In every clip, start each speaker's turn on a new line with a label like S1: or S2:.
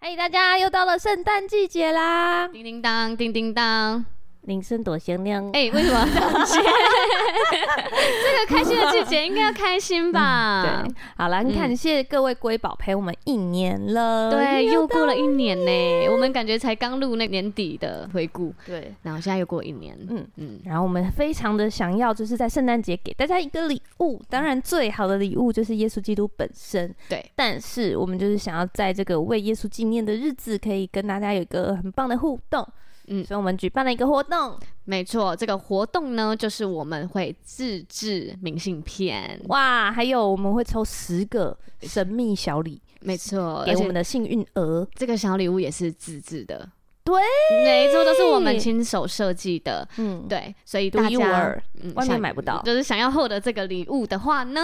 S1: 嘿，大家又到了圣诞季节啦！
S2: 叮叮当，叮叮当。
S1: 铃声多响亮，
S2: 哎、为什么要这样接？这个开心的季节应该要开心吧？
S1: 对，好啦，很感谢各位瑰宝陪我们一年了，
S2: 对，又过了
S1: 一
S2: 一年呢。我们感觉才刚录那年底的回顾，
S1: 对。
S2: 然后现在又过一年。
S1: 嗯
S2: 嗯嗯，
S1: 然后我们非常的想要，就是在圣诞节给大家一个礼物。当然，最好的礼物就是耶稣基督本身。
S2: 对，
S1: 但是我们就是想要在这个为耶稣纪念的日子，可以跟大家有一个很棒的互动。嗯，
S2: 嗯
S1: 所以我们举办了一个活动，
S2: 没错，这个活动呢，就是我们会自制明信片。
S1: 哇，还有我们会抽十个神秘小礼
S2: 没错，
S1: 给
S2: 而
S1: 我们
S2: 且
S1: 的幸运儿。
S2: 这个小礼物也是自制的。
S1: 对，
S2: 没错，都是我们亲手设计的。
S1: 嗯，
S2: 对，所以
S1: 独
S2: 大
S1: 一
S2: 家
S1: 无二，
S2: 嗯
S1: 外面
S2: 想
S1: 买不到
S2: 就是想要获得这个礼物的话呢，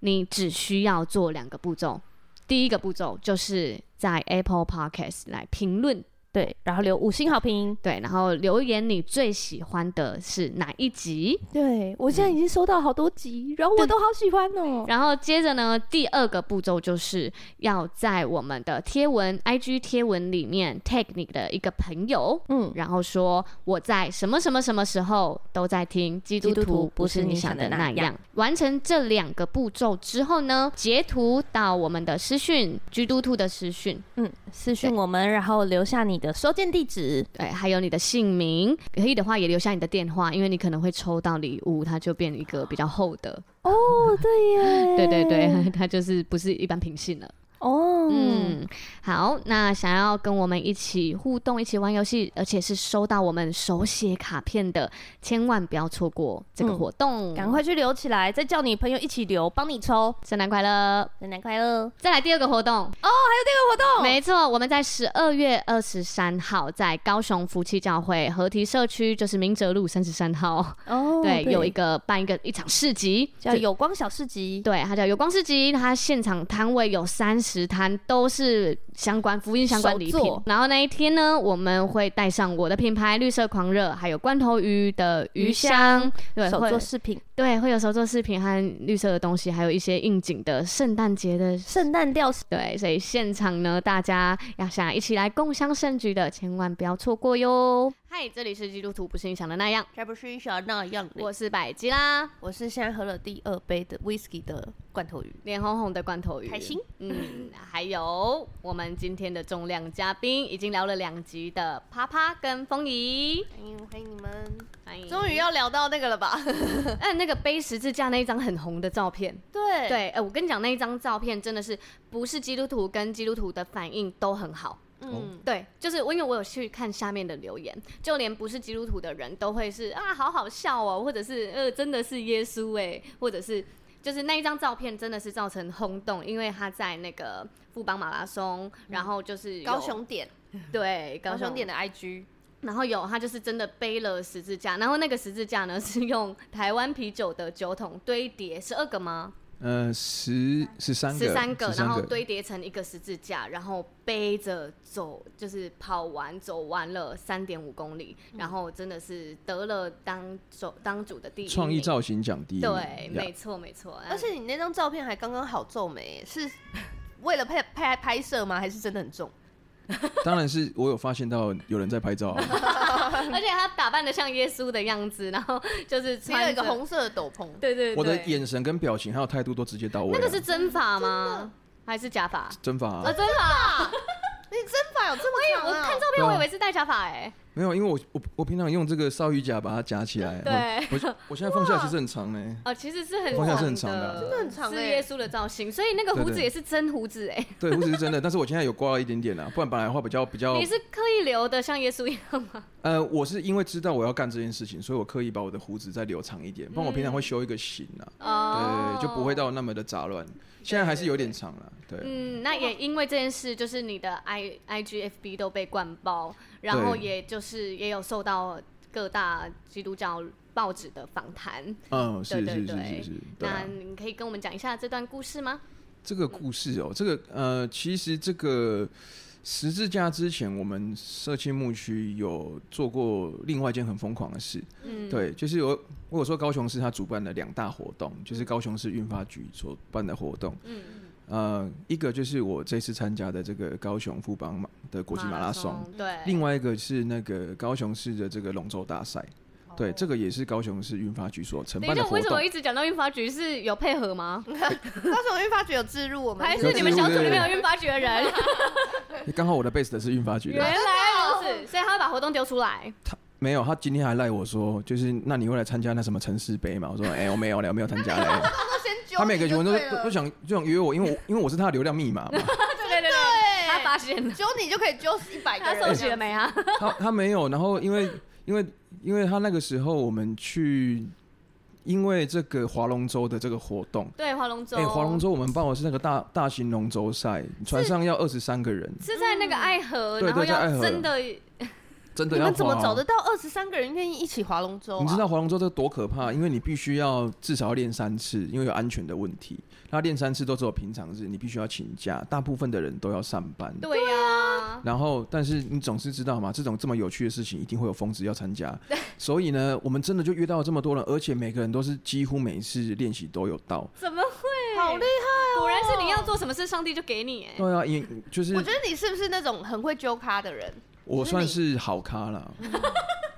S2: 你只需要做两个步骤。第一个步骤就是在 Apple Podcast 来评论，
S1: 对，然后留五星好评。
S2: 对，然后留言你最喜欢的是哪一集。
S1: 对我现在已经收到好多集，然后我
S2: 对
S1: 都好喜欢哦。
S2: 然后接着呢，第二个步骤就是要在我们的贴文 IG 贴文里面 tag 你的一个朋友。
S1: 嗯，
S2: 然后说我在什么什么什么时候都在听《基督
S1: 基督徒
S2: 徒
S1: 不
S2: 不
S1: 是
S2: 是
S1: 你
S2: 你
S1: 想
S2: 想
S1: 的
S2: 的
S1: 那
S2: 那
S1: 样
S2: 样》。完成这两个步骤之后呢，截图到我们的私讯，基督徒的私讯，
S1: 嗯，私讯我们，然后留下你的收件地址。
S2: 对，哎还有你的姓名，可以的话也留下你的电话，因为你可能会抽到礼物，它就变一个比较厚的。
S1: 哦， 对耶，
S2: 对对对， 它就是不是一般平信了。
S1: 哦， 嗯，
S2: 嗯，好，那想要跟我们一起互动、一起玩游戏，而且是收到我们手写卡片的，千万不要错过这个
S1: 嗯
S2: 活动，
S1: 赶！快去留起来，再叫你朋友一起留，帮你抽。
S2: 圣诞快乐！
S1: 圣诞快乐！
S2: 再来第二个活动，
S1: 哦这个活动
S2: 没错，我们在十二月二十三号在高雄夫妻教会合体社区，就是明哲路三十三号，
S1: 哦
S2: 对，有一个办一个一场市集，
S1: 叫
S2: 就
S1: 有光小市集，
S2: 对，它叫有光市集，它现场摊位有三十摊，都是相关福音相关礼
S1: 手
S2: 品
S1: 作。
S2: 然后那一天呢，我们会带上我的品牌绿色狂热，还有罐头鱼的
S1: 鱼
S2: 鱼香，对，
S1: 手
S2: 会
S1: 作饰品，
S2: 对会有手作饰品和绿色的东西，还有一些应景的圣诞节的。
S1: 圣诞吊饰。
S2: 对，所以现场呢，大家要想一起来共襄盛举的，千万不要错过哟！嗨，这里是基督徒不是你想的那样，
S1: 才不是一小那样我
S2: 我是百吉啦，
S1: 我是现在喝了第二杯的 whisky 的罐头鱼，
S2: 脸红红的罐头鱼，
S1: 开心。
S2: 嗯，还有我们今天的重量嘉宾，已经聊了两集的啪啪跟风仪，
S1: 欢迎欢迎你们！
S2: 欢迎。
S3: 终于，要聊到那个了吧？
S2: 嗯，那个背十字架那一张很红的照片，
S3: 对
S2: 对，哎、我跟你讲，那一张照片真的是不是基督徒跟基督徒的反应都很好。
S3: 嗯，
S2: 对，就是我因为我有去看下面的留言，就连不是基督徒的人都会是啊，好好笑哦，或者是呃，真的是耶稣哎、或者是就是那一张照片真的是造成轰动，因为他在那个富邦马拉松，然后就是有
S3: 嗯高雄点，
S2: 对
S3: 高
S2: 高
S3: 雄
S2: 雄
S3: 点的 IG，
S2: 然后有他就是真的背了十字架，然后那个十字架呢 是用台湾啤酒的酒桶堆叠十二个吗？
S4: 呃，十十三个，
S2: 十三个，
S4: 13
S2: 然后堆叠成一个十字架，然后背着走，就是跑完走完了三点五公里，
S3: 嗯
S2: 然后真的是得了当主当主的第一名
S4: 创意造型奖第一名，
S2: 对，
S4: 呀
S2: 没错没错，
S3: 而且你那张照片还刚刚好皱眉， 是为了拍拍拍摄吗？还是真的很重？
S4: 当然是我有发现到有人在拍照、啊，
S2: 而且他打扮的像耶稣的样子，然后就是
S3: 只有
S2: 穿
S3: 一个
S2: 着，
S3: 红色的斗篷，
S2: 对 对对，
S4: 我的眼神跟表情还有态度都直接到位了、
S2: 那个是真发吗？还是假发？啊，
S4: 真法、啊
S2: 真发！
S3: 你真发有这么
S2: 我
S3: 长
S2: 看
S3: 啊？
S2: 照片，我
S4: 对啊
S2: 以为是戴假发哎。
S4: 没有，因为我我我平常用这个鲨鱼夹把它夹起来，
S2: 对
S4: 我我我现在放下其实很长呢、
S2: 哦，其实是很
S4: 我好像
S2: 长
S4: 是很长的啊
S2: 的，
S4: 真
S3: 的很长
S2: 是
S3: 欸
S2: 耶稣的造型，所以那个胡
S4: 对
S2: 子
S4: 对
S2: 也是真胡子哎。
S4: 对，胡子是真的，但是我现在有刮了一点点啦、不然本来的话比较比较
S2: 你，是刻意留的像耶稣一样吗？
S4: 呃，我是因为知道我要干这件事情，所以我刻意把我的胡子再留长一点，不然我平常会修一个型啊，
S2: 嗯哦，
S4: 对，就不会。到那么的杂乱，现在还是有点长了，对。
S2: 嗯，那也因为这件事，就是你的 i i g f b 都被灌爆，然后
S4: 对
S2: 也就是也有受到各大基督教报纸的访谈。
S4: 嗯，是
S2: 对对
S4: 是是
S2: 对
S4: 是是，对啊
S2: 那你可以跟我们讲一下这段故事吗？
S4: 这个故事哦，这个呃，其实这个十字架之前，我们社区牧区有做过另外一件很疯狂的事，
S2: 嗯，
S4: 对，就是我我有说高雄市它主办了两大活动，就是高雄市运发局所办的活动，
S2: 嗯，
S4: 呃，一个就是我这次参加的这个高雄富邦马的国际马拉松，
S2: 对，
S4: 另外一个是那个高雄市的这个龙舟大赛，对，这
S3: 个
S4: 个也是高雄市运发局所承
S2: 哦等一
S4: 办
S2: 下，
S4: 的
S2: 我
S4: 活
S2: 为什么
S4: 动。
S2: 一直讲到运发局是有配合 吗？
S3: 高雄运发局有置入我们，
S2: 还
S4: 有
S2: 是你们
S4: 植入
S2: 小组里面
S4: 对
S2: 有运发局的 人？
S4: 刚好我的 base 的是运发局
S2: 原
S4: 的，
S2: 来如此，所以他会把活动丢出来。
S4: 没有，他今天还赖我说，就是那你会来参加那什么城市杯嘛？我说，哎、我没有嘞，我没有参加嘞。
S3: 都先揪
S4: 他每个
S3: 你就
S4: 球员都
S3: 对
S4: 都
S3: 了
S4: 都想就想约我，因为我因为我是他的流量密码嘛。
S2: 对对对
S3: 对
S2: 他发现了，
S3: 揪你就可以揪一百个
S2: 他
S3: 人，
S2: 收集了没啊？
S4: 他他没有，然后因为因为因为他那个时候我们去，因为这个划龙舟的这个活动，
S2: 对，划龙舟，
S4: 哎、划龙舟我们报的是那个大大型龙舟赛，船上要二十三个人，
S2: 是在那个爱河，
S4: 嗯对
S2: 然后
S4: 对在
S2: 要
S4: 爱河
S2: 真的
S4: 真的
S3: 你
S4: 要划、哦
S3: 们怎么找得？到二十三个人愿意一起划龙舟啊？
S4: 你知道划龙舟这多可怕？因为你必须要至少要练三次，因为有安全的问题。他练三次都只有平常日，你必须要请假，大部分的人都要上班。
S2: 对
S3: 啊
S2: 呀，
S4: 然后，但是你总是知道嘛，这种这么有趣的事情，一定会有疯子要参加。所以呢，我们真的就约到了这么多人，而且每个人都是几乎每一次练习都有到。
S2: 怎么会？
S3: 好厉害哦！
S2: 果然是你要做什么事，上帝就给你。 哎，
S4: 对啊，也就是
S3: 我觉得你是不是那种很会揪咖的人？
S4: 我
S3: 是
S4: 算
S3: 你
S4: 是好 咖啦，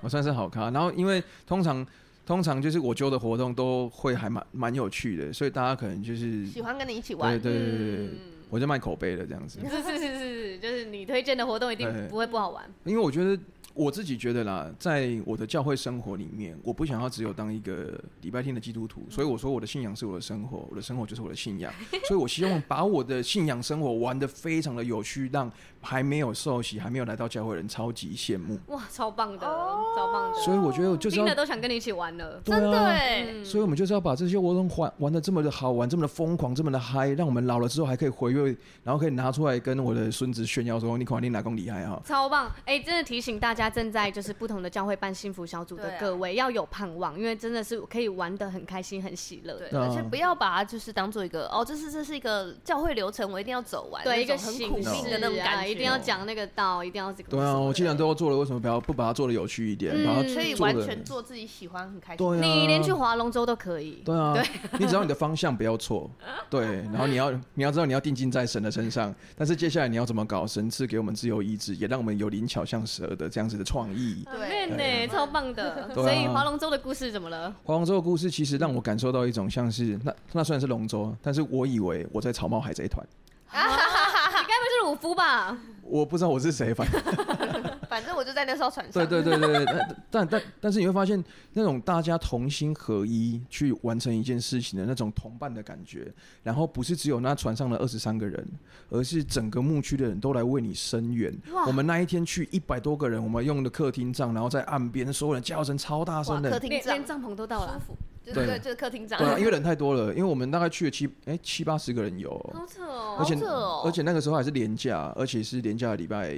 S4: 我算是好咖。然后因为通常通常就是我揪的活动都会还蛮蛮有趣的，所以大家可能就是
S3: 喜欢跟你一起
S4: 对对
S3: 玩，
S4: 对对对对
S2: 嗯
S4: 我就卖口碑了这样子。
S2: 是是是是是，就是你推荐的活动一
S4: 对
S2: 定不会不好玩。
S4: 因为我觉得我自己觉得啦，在我的教会生活里面，我不想要只有当一个礼拜天的基督徒，所以我说我的信仰是我的生活，我的生活就是我的信 仰，所以我希望把我的信仰生活玩得非常的有趣，让还没有受洗、还没有来到教会的人超级羡
S3: 哦
S4: 慕。
S2: 哇，超棒的，超棒的，
S4: 所以我觉得我就是
S2: 听
S4: 要
S2: 了都想跟你一起玩了。
S4: 对
S3: 真的
S4: 啊。
S3: 哎，
S2: 嗯
S4: 所以我们就是要把这些活动玩玩的这么的好玩，这么的疯狂，这么的嗨，让我们老了之后还可以回味，然后可以拿出来跟我的孙子炫耀说：“你看你哪公厉害哈
S2: 超棒！哎、真的提醒大家，正在就是不同的教会办幸福小组
S3: 对
S2: 的
S3: 啊
S2: 各位，要有盼望，因为真的是可以玩的很开心、很喜乐。
S3: 对，
S4: 对啊
S3: 而且不要把它就是当做一个哦，这是这是一个教会流程，我一定要走完，
S2: 对，一
S3: 那
S2: 个
S3: 种很
S2: 形
S3: 苦
S2: 式
S3: 命的那种感
S2: 啊，
S3: 觉，
S2: 一定要讲那个道，一定要这！”个。
S4: 对啊，我既然都要做了，为什么不要不把它做的有趣一点？
S2: 嗯
S4: 把它
S3: 所以
S4: 做
S3: 完
S4: 得
S3: 全做自己喜欢，很开心。
S4: 对啊，
S2: 你连去划龙舟都可以。
S4: 对啊，你只要你的方向不 要错，对，然后你要你要知道你要定睛在神的身上，但是接下来你要怎么搞？神赐给我们自由意志，也让我们有灵巧像蛇的这样子的创意。
S2: 很
S3: 对
S2: 嫩呢，欸超棒的。
S4: 对啊
S2: 所以划龙舟的故事怎么 了？
S4: 划龙舟的故事其实让我感受到一种像是那那虽然是龙舟，但是我以为我在草帽海贼团，
S2: 你该不会是鲁夫吧？
S4: 我不知道我是谁，反正
S3: 反正我就在那艘船上，
S4: 对对对对，对但 但但但是你会发现那种大家同心合一去完成一件事情的那种同伴的感觉，然后不是只有那船上的二十三个人，而是整个牧区的人都来为你声援。
S2: 哇
S4: 我们那一天去一百多个人，我们用的客厅帐，然后在岸边，所有人叫声超大
S3: 哇，
S4: 声
S3: 客
S4: 的，
S3: 厅
S2: 连连
S3: 长
S2: 帐篷都到了
S4: 啊
S3: 舒，服，就
S4: 对
S3: 是对，就是客厅长
S4: 对、，啊，因为人太多了，因为我们大概去了七哎、七八十个人有，
S2: 好扯
S4: 而
S2: 哦。
S4: 且、
S3: 好扯哦
S4: 而且那个时候还是连假，而且是连假的礼拜，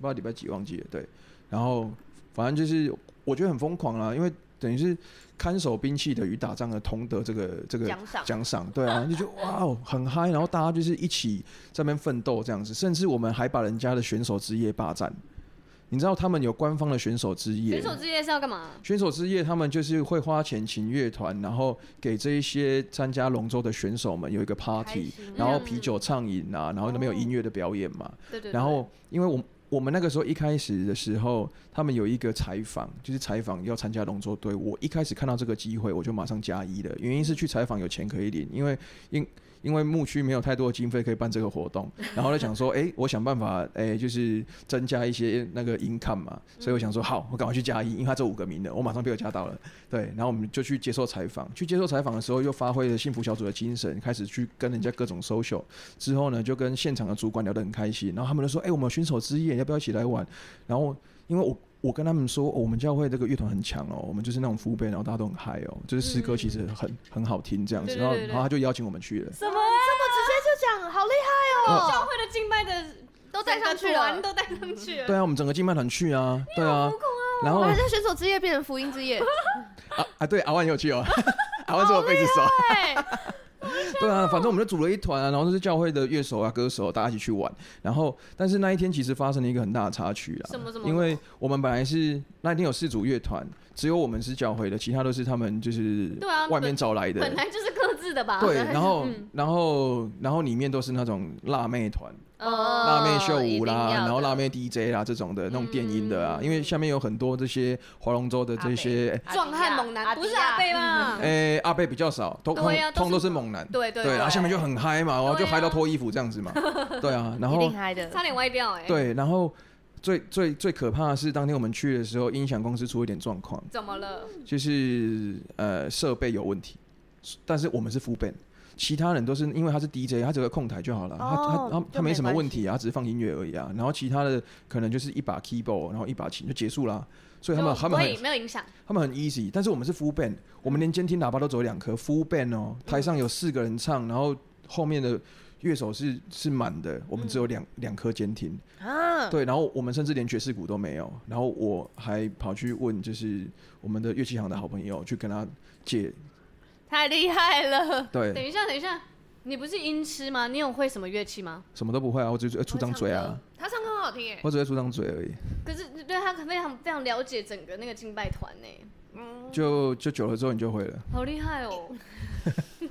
S4: 不知道礼拜几忘记了。对，然后反正就是我觉得很疯狂啦，因为等于是看守兵器的与打仗的同得这个这个
S3: 奖赏
S4: 奖赏，对啊，就觉得哇哦很嗨，然后大家就是一起在那边奋斗这样子，甚至我们还把人家的选手之夜霸占。你知道他们有官方的选手之夜，
S2: 选手之夜是要干嘛？
S4: 选手之夜，他们就是会花钱请乐团，然后给这一些参加龙舟的选手们有一个 party，
S3: 开心
S4: 然后啤酒畅饮啊，然后那边有音乐的表演嘛。
S2: 对对对。
S4: 然后，因为我我们那个时候一开始的时候，他们有一个采访，就是采访要参加龙舟队。我一开始看到这个机会，我就马上加一了。原因是去采访有钱可以领，因为因因为牧区没有太多的经费可以办这个 活动，然后就想说，哎、我想办法，哎、就是增加一些那个 income 嘛。所以我想说，好，我赶快去加一，因为他这五个名额，我马上被我加到了。对，然后我们就去接受采访，去接受采访的时候，又发挥了幸福小组的精神，开始去跟人家各种 social。之后呢，就跟现场的主管聊得很开心，然后他们就说：“哎、我们有选手之夜，要不要一起来玩？”然后因为我我跟他们说、哦我们教会这个乐团很强哦，我们就是那种父辈，然后大家都很嗨哦，就是诗歌其实很、很好听这样
S2: 嗯
S4: 子，
S2: 对对
S4: 然后
S2: 对对
S4: 然后他就邀请我们去了。
S2: 什么啊？
S3: 这么直接就讲，好厉害哦！
S2: 教会的敬拜的
S3: 都带上去了，
S2: 都带上去了。
S4: 对啊，我们整个金曼团去啊，对啊，然后
S3: 我们这选手之夜变成福音之夜，
S4: 啊啊对，阿万也有去哦，阿万是我贝斯手，
S2: 对，
S4: 对啊，反正我们就组了一团啊，然后就是教会的乐手啊、歌手，大家一起去玩。然后，但是那一天其实发生了一个很大的插曲啦，
S2: 什么什么
S4: 因为我们本来是那一天有四组乐团，只有我们是教会的，其他都是他们就是
S2: 对啊
S4: 外面
S2: 本
S4: 找来的。
S2: 本来就是各自的吧？
S4: 对，
S2: 但是
S4: 然后
S2: 嗯，
S4: 然后，然后里面都是那种辣妹团，
S2: 哦，
S4: 辣妹秀
S3: 一
S4: 舞
S3: 定
S4: 啦，
S3: 要
S4: 然后
S3: 的
S4: 辣妹 DJ 啦这种的那种电音的啊，
S2: 嗯
S4: 因为下面有很多这些划龙舟的这些，
S2: 壮汉猛男不是阿嗯贝吗？
S4: 诶、阿贝比较少，通通
S2: 啊对啊都是
S4: 通都是猛男，
S2: 对对
S4: 对，然后下面就很嗨嘛，然后
S2: 对
S4: 就
S2: 啊
S4: 嗨到脱衣服这样子嘛，对啊，然
S3: 一
S4: 后
S3: 定嗨的，
S2: 差点歪掉哎。，
S4: 对，然后最最最可怕的是当天我们去的时候，音响公司出了一点状况，
S2: 怎么了？
S4: 就是呃设备有问题，但是我们是副 band。其他人都是因为他是 DJ，他只会控台就好了，
S3: 哦
S4: 他他他
S3: 就
S4: 他
S3: 没
S4: 没什么
S3: 关
S4: 问
S3: 系
S4: 题啊，他只是放音乐而已啊。然后其他的可能就是一把 keyboard，然后一把琴就结束啦。所以他们
S2: 就
S4: 他们
S2: 不
S4: 很
S2: 会没有影响，
S4: 他们很 easy，但是我们是 full band，我们连监听喇叭都走两颗 full band 哦，
S2: 嗯
S4: 台上有四个人唱，然后后面的乐手是是满的，我们只有两
S2: 嗯
S4: 两颗监听，
S3: 啊，
S4: 对，然后我们甚至连爵士鼓都没有，然后我还跑去问就是我们的乐器行的好朋友去跟他借，
S3: 太厉害了，
S2: 等
S4: 对，
S2: 一下，等一下，你不是音痴吗？你有会什么乐器吗？
S4: 什么都不会啊，我只是出张嘴
S2: 我会唱
S4: 啊
S2: 歌，
S3: 他唱歌很好听哎，
S4: 我只会出张嘴而已，
S2: 可是对他非常非常了解整个那个敬拜团呢，
S4: 就就久了之后你就会了，
S2: 好厉害哦！嗯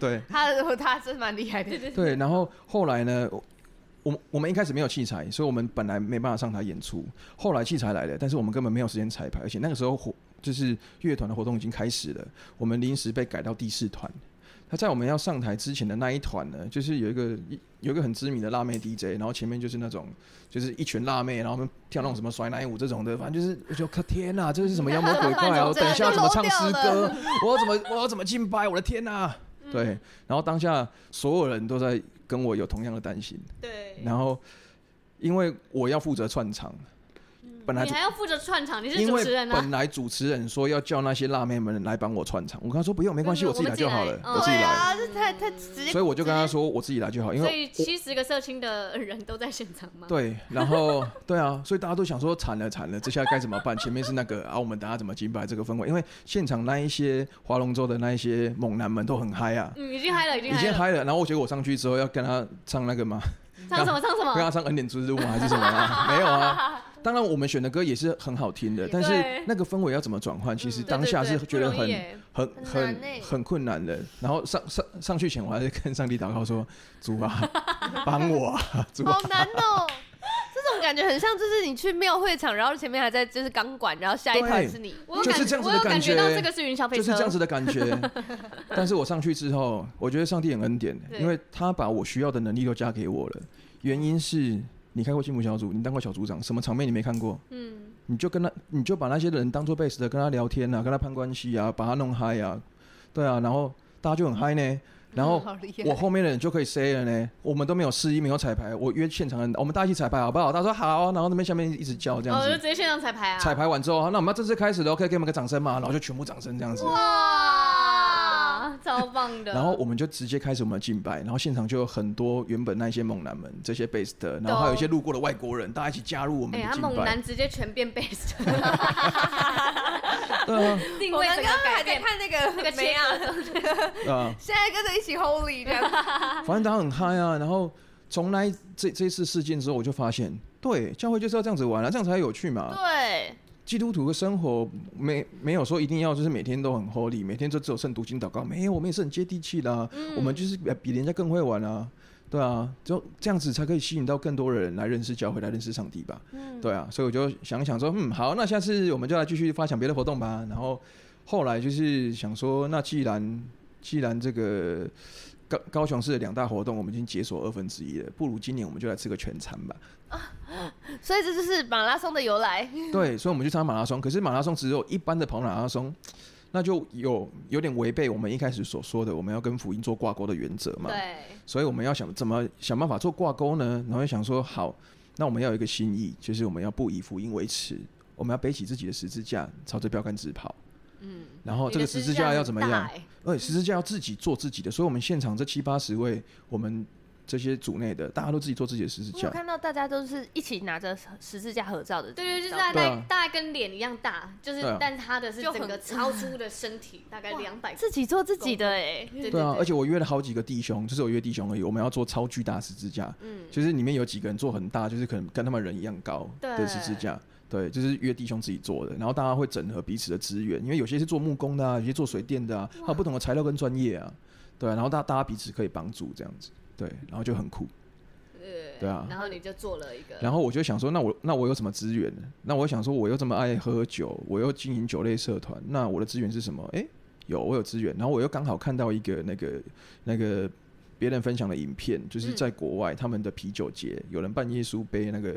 S4: 对。
S3: 他他真蛮厉害的，
S4: 对， 然后后来呢，我我我们一开始没有器材，所以我们本来没办法上台演出。后来器材来了，但是我们根本没有时间彩排，而且那个时候活就是乐团的活动已经开始了，我们临时被改到第四团。他在我们要上台之前的那一团呢，就是有一个有一个很知名的辣妹 DJ，然后前面就是那种就是一群辣妹，然后他们跳那种什么甩奶舞这种的，反正就是我就可天呐、这是什么妖魔鬼怪啊！我等一下要怎么唱诗歌？我要怎么我要怎么敬拜？我的天呐、对，然后当下所有人都在跟我有同样的担心，
S2: 对，
S4: 然后因为我要负责串场，本来
S2: 嗯你还要负责串场，你是
S4: 因
S2: 主
S4: 为
S2: 持人啊
S4: 本。来主持人说要叫那些辣妹们来帮我串场，我跟他说不用，没关系，
S2: 不
S4: 我
S2: 用
S4: 自己
S2: 我
S4: 来
S2: 们
S4: 就
S2: 自己
S4: 好
S2: 来嗯
S4: 了，我自己
S3: 对
S4: 来。
S3: 啊，这太太直接
S4: 所以我就跟他说我自己来就好，因
S2: 所
S4: 为
S2: 以七十个社青的人都在现场吗？，
S4: 对，然后对啊，所以大家都想说惨了惨了，这下该怎么办？前面是那个啊，我们等下怎么击败这个氛围？因为现场那一些划龙舟的那一些猛男们都很嗨啊，
S2: 嗯，已经嗨了，已经
S4: 已
S2: 嗨
S4: 经
S2: 了。
S4: 嗨了。然后我结果我上去之后要跟他唱那个嘛，
S2: 唱什么？唱什
S4: 跟他
S2: 么？
S4: 唱恩典之路吗？还是什 么啊？没有啊。当然，我们选的歌也是很好听的，但是那个氛围要怎么转换，
S2: 嗯
S4: 其实当下是觉得
S2: 不容
S4: 很
S2: 易耶
S4: 很
S3: 很
S4: 很
S3: 难欸
S4: 很困难的。然后上上上去前，我还在跟上帝祷告说：“主啊，帮我啊，主啊
S3: 好难哦。 这种感觉很像，就是你去庙会场，然后前面还在就是钢管，然后下一团
S4: 对
S3: 是你，
S2: 我有
S4: 就是
S2: 感
S4: 这样子
S2: 我
S4: 的
S2: 有感
S4: 感
S2: 觉
S4: 觉
S2: 到这个是云霄！”飞
S4: 就
S2: 车，
S4: 是这样子的 感觉。但是我上去之后，我觉得上帝很恩典，
S2: 对
S4: 因为他把我需要的能力都加给我了。原因是你开过进步小组，你当过小组长，什么场面你没看过？
S2: 嗯，
S4: 你就跟他，你就把那些人当做贝斯的，跟他聊天啊，跟他攀关系啊，把他弄嗨啊，对啊，然后大家就很嗨呢。然
S2: 嗯
S4: 后
S3: 好厉
S4: 我
S3: 害，
S4: 后面的人就可以 say 了呢，我们都没有试衣，没有彩排，我约现场人，我们大家一起彩排好不好？他说好，然后那边下面一直叫这样
S2: 哦，就
S4: 子
S2: 直。接现场彩排啊！
S4: 彩排完之后，好那我们要正式开始了，OK，给你们个掌声嘛，然后就全部掌声这样子，
S2: 哇，超棒的。
S4: 然后我们就直接开始我们的敬拜，然后现场就有很多原本那些猛男们，这些贝斯的，然后还有一些路过的外国人，大家一起加入我们
S2: 哎，
S4: 的
S2: 他
S4: 敬
S2: 猛
S4: 拜，
S2: 男直接全变 bass，
S4: 对啊，
S2: 定
S3: 我
S2: 位
S3: 们刚
S2: 整个
S3: 刚还在
S2: 改变。
S3: 看那个
S2: 那个
S3: 梅
S2: 切
S3: 啊，
S2: 割的，
S4: 对啊。
S3: 现在跟着一起 Holy 这样，
S4: 反正大家很嗨啊。然后从那一这这一次事件之后，我就发现，对，教会就是要这样子玩啊，这样才有趣嘛。
S3: 对，
S4: 基督徒的生活没没有说一定要就是每天都很 holy，每天就只有圣读经祷告，没有，我们也是很接地气的、啊，我们就是比比人家更会玩啊。对啊，就这样子才可以吸引到更多的人来认识教会，来认识上帝吧。对啊，所以我就想一想说，嗯，好，那下次我们就来继续发想别的活动吧。然后后来就是想说，那既然既然这个高高雄市的两大活动我们已经解锁二分之一了，不如今年我们就来吃个全餐吧。
S3: 所以这就是马拉松的由来。
S4: 对，所以我们去参加马拉松，可是马拉松只有一般的跑马拉松，那就有有点违背我们一开始所说的我们要跟福音做挂钩的原则嘛。
S2: 对，
S4: 所以我们要想怎么想办法做挂钩呢？然后就想说，好，那我们要有一个心意，就是我们要不以福音为耻，我们要背起自己的十字架，朝着标杆直跑。嗯，然后这个十字架要怎么
S2: 你的
S4: 样
S2: 指甲很大？欸？
S4: 而且十字架要自己做自己的，所以我们现场这七八十位，我们这些组内的，大家都自己做自己的十字
S3: 我有
S4: 架。
S3: 看到大家都是一起拿着十字架合照的，
S2: 对对，就是
S3: 照
S2: 大
S3: 片
S4: 对
S2: 概
S4: 啊
S2: 大概跟脸一样大，就是
S4: 对啊
S2: 但他的是
S3: 就
S2: 整个
S3: 很
S2: 超出的身体，大概两百。
S3: 自己做自己的哎、
S2: 对
S4: 对啊，而
S2: 且
S4: 且我约了好几个弟兄，就是我约弟兄而已，我们要做超巨大十字架，
S2: 嗯，
S4: 就是里面有几个人做很大，就是可能跟他们人一样高
S2: 对
S4: 的十字架。对，就是约弟兄自己做的，然后大家会整合彼此的资源，因为有些是做木工的啊，有些做水电的啊，还有不同的材料跟专业啊，对啊然后大大家彼此可以帮助这样子，对，然后就很酷。
S2: 对
S4: 对啊
S2: 然后你就做了一个，
S4: 然后我就想说，那我那我有什么资源呢？那我想说，我又这么爱喝酒，我又经营酒类社团，那我的资源是什么？诶，有我有资源，然后我又刚好看到一个那个那个别人分享的影片，就是
S2: 嗯
S4: 在国外、他们的啤酒节，有人半夜稣杯那个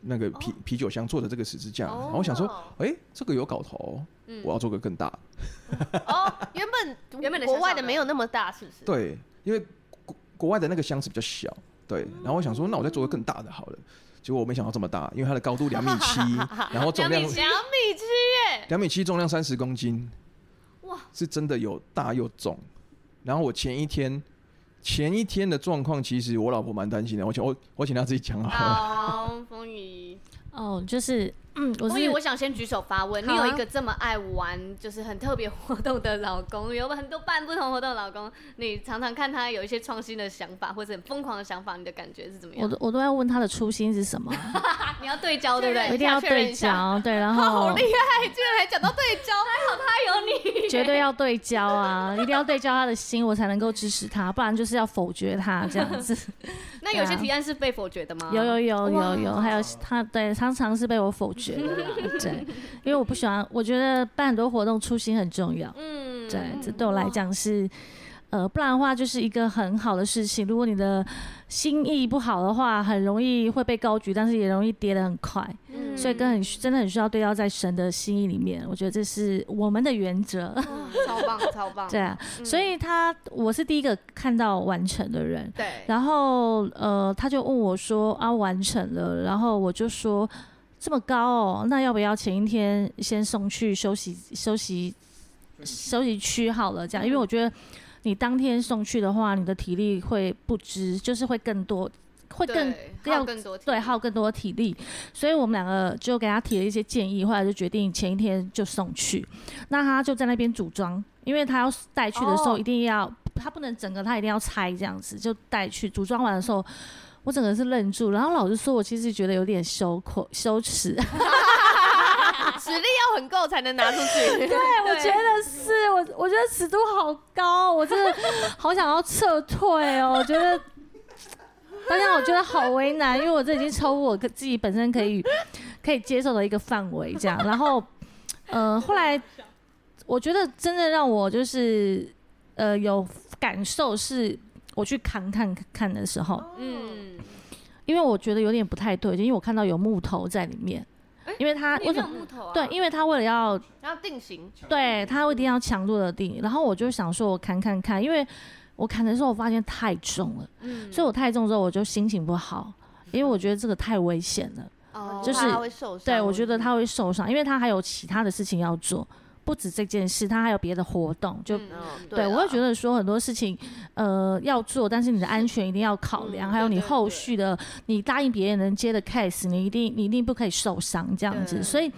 S4: 那个
S2: 哦
S4: 啤、啤酒箱做的这个十字架，然后我想说，
S3: 哦，
S4: 诶，这个有搞头哦，
S2: 嗯
S4: 我要做个更大的
S3: 哦，原本
S2: 原本的小
S3: 国外
S2: 小
S3: 的
S2: 的
S3: 没有那么大，是不是？，
S4: 对，因为国国外的那个箱子比较小，
S2: 哦
S4: 对。然后我想说，那我再做个更大的好了。结果我没想到这么大，因为它的高度两米 七，然后重量
S2: 两米七两
S3: 米七
S4: 两米七，重量三十公斤，
S2: 哎哇，
S4: 是真的有大又重。然后我前一天前一天的状况，其实我老婆蛮担心的，我请我我请她自己讲好
S2: 啊
S4: 了。
S2: 好，风雨，
S5: 哦，就是嗯，我
S2: 风雨，
S5: 是
S2: 我想先举手发问。你
S5: 好啊
S2: 有一个这么爱玩，就是很特别活动的老公，有很多办不同活动的老公，你常常看他有一些创新的想法，或者很疯狂的想法，你的感觉是怎么
S5: 我
S2: 样？
S5: 都我都要问他的初心是什么，
S2: 啊你要对焦，对不
S5: 我
S2: 对
S5: 一？定要对焦，对，然后
S2: 居然还讲到 对焦，还好他有你。
S5: 绝对要对焦啊，一定要对焦他的心，我才能够支持他，不然就是要否决他这样子。
S2: 那有些提案是被否决的吗？
S5: 啊有有有有有，还有他对常常是被我否决的啦，对，因为我不喜欢，我觉得办很多活动初心很重要，
S2: 嗯，
S5: 对，这对我来讲是。呃，不然的话就是一个很好的事情。如果你的心意不好的话，很容易会被高举，但是也容易跌得很快。
S2: 嗯
S5: 所以跟很需真的很需要对焦在神的心意里面，我觉得这是我们的原则。
S2: 哇哦超棒，超棒。嗯
S5: 对啊，所以他我是第一个看到完成的人，
S2: 对，
S5: 然后呃他就问我说啊完成了，然后我就说这么高哦，那要不要前一天先送去休息休息休息嗯区好了？这样，因为我觉得你当天送去的话，你的体力会不支，就是会更多，会更
S2: 对
S5: 更
S2: 耗
S5: 要
S2: 更多体
S5: 对
S2: 力
S5: 耗更多的体力，所以我们两个就给他提了一些建议，后来就决定前一天就送去。那他就在那边组装，因为他要带去的时候
S2: 哦
S5: 一定要，他不能整个，他一定要拆这样子，就带去组装完的时候。我整个是愣住，然后老实说，我其实觉得有点羞愧、羞耻。
S3: 实力要很够才能拿出去。
S5: 对，我
S2: 对
S5: 觉得是我，我觉得尺度好高，哦 我真的好想要撤退哦。我觉得，当下我觉得好为难，因为我这已经超过我可自己本身可以可以接受的一个范围，这样。然后，呃，后来我觉得真的让我就是呃有感受是。我去扛看看的时
S3: 哦
S5: 候，
S2: 嗯，
S5: 因为我觉得有点不太对劲，因为我看到有木头在里面，因为它
S2: 里
S5: 为
S2: 面
S5: 什
S2: 有
S5: 么？
S2: 木头啊？
S5: 对，因为它为了要
S3: 然后定型，
S5: 对，它一定要强度的定。然后我就想说，我砍砍砍，因为我砍的时候我发现太重了，
S2: 嗯
S5: 所以我太重之后我就心情不好，因为我觉得这个太危险了。
S2: 哦
S5: 就是
S3: 怕他会受伤。
S5: 对，我觉得他会受伤，因为他还有其他的事情要做，不止这件事，他还有别的活动。就、
S2: 哦
S3: 嗯，
S5: 对
S2: 啊
S5: 我会觉
S3: 得
S5: 得说很多事情，呃，要做，但是你的安全一定要考量，
S2: 嗯
S5: 还有
S2: 对
S5: 你
S2: 对
S5: 后
S2: 对
S5: 续的，你答应别人能接的 case，你一定你一定不可以受伤这样
S2: 对
S5: 子。所以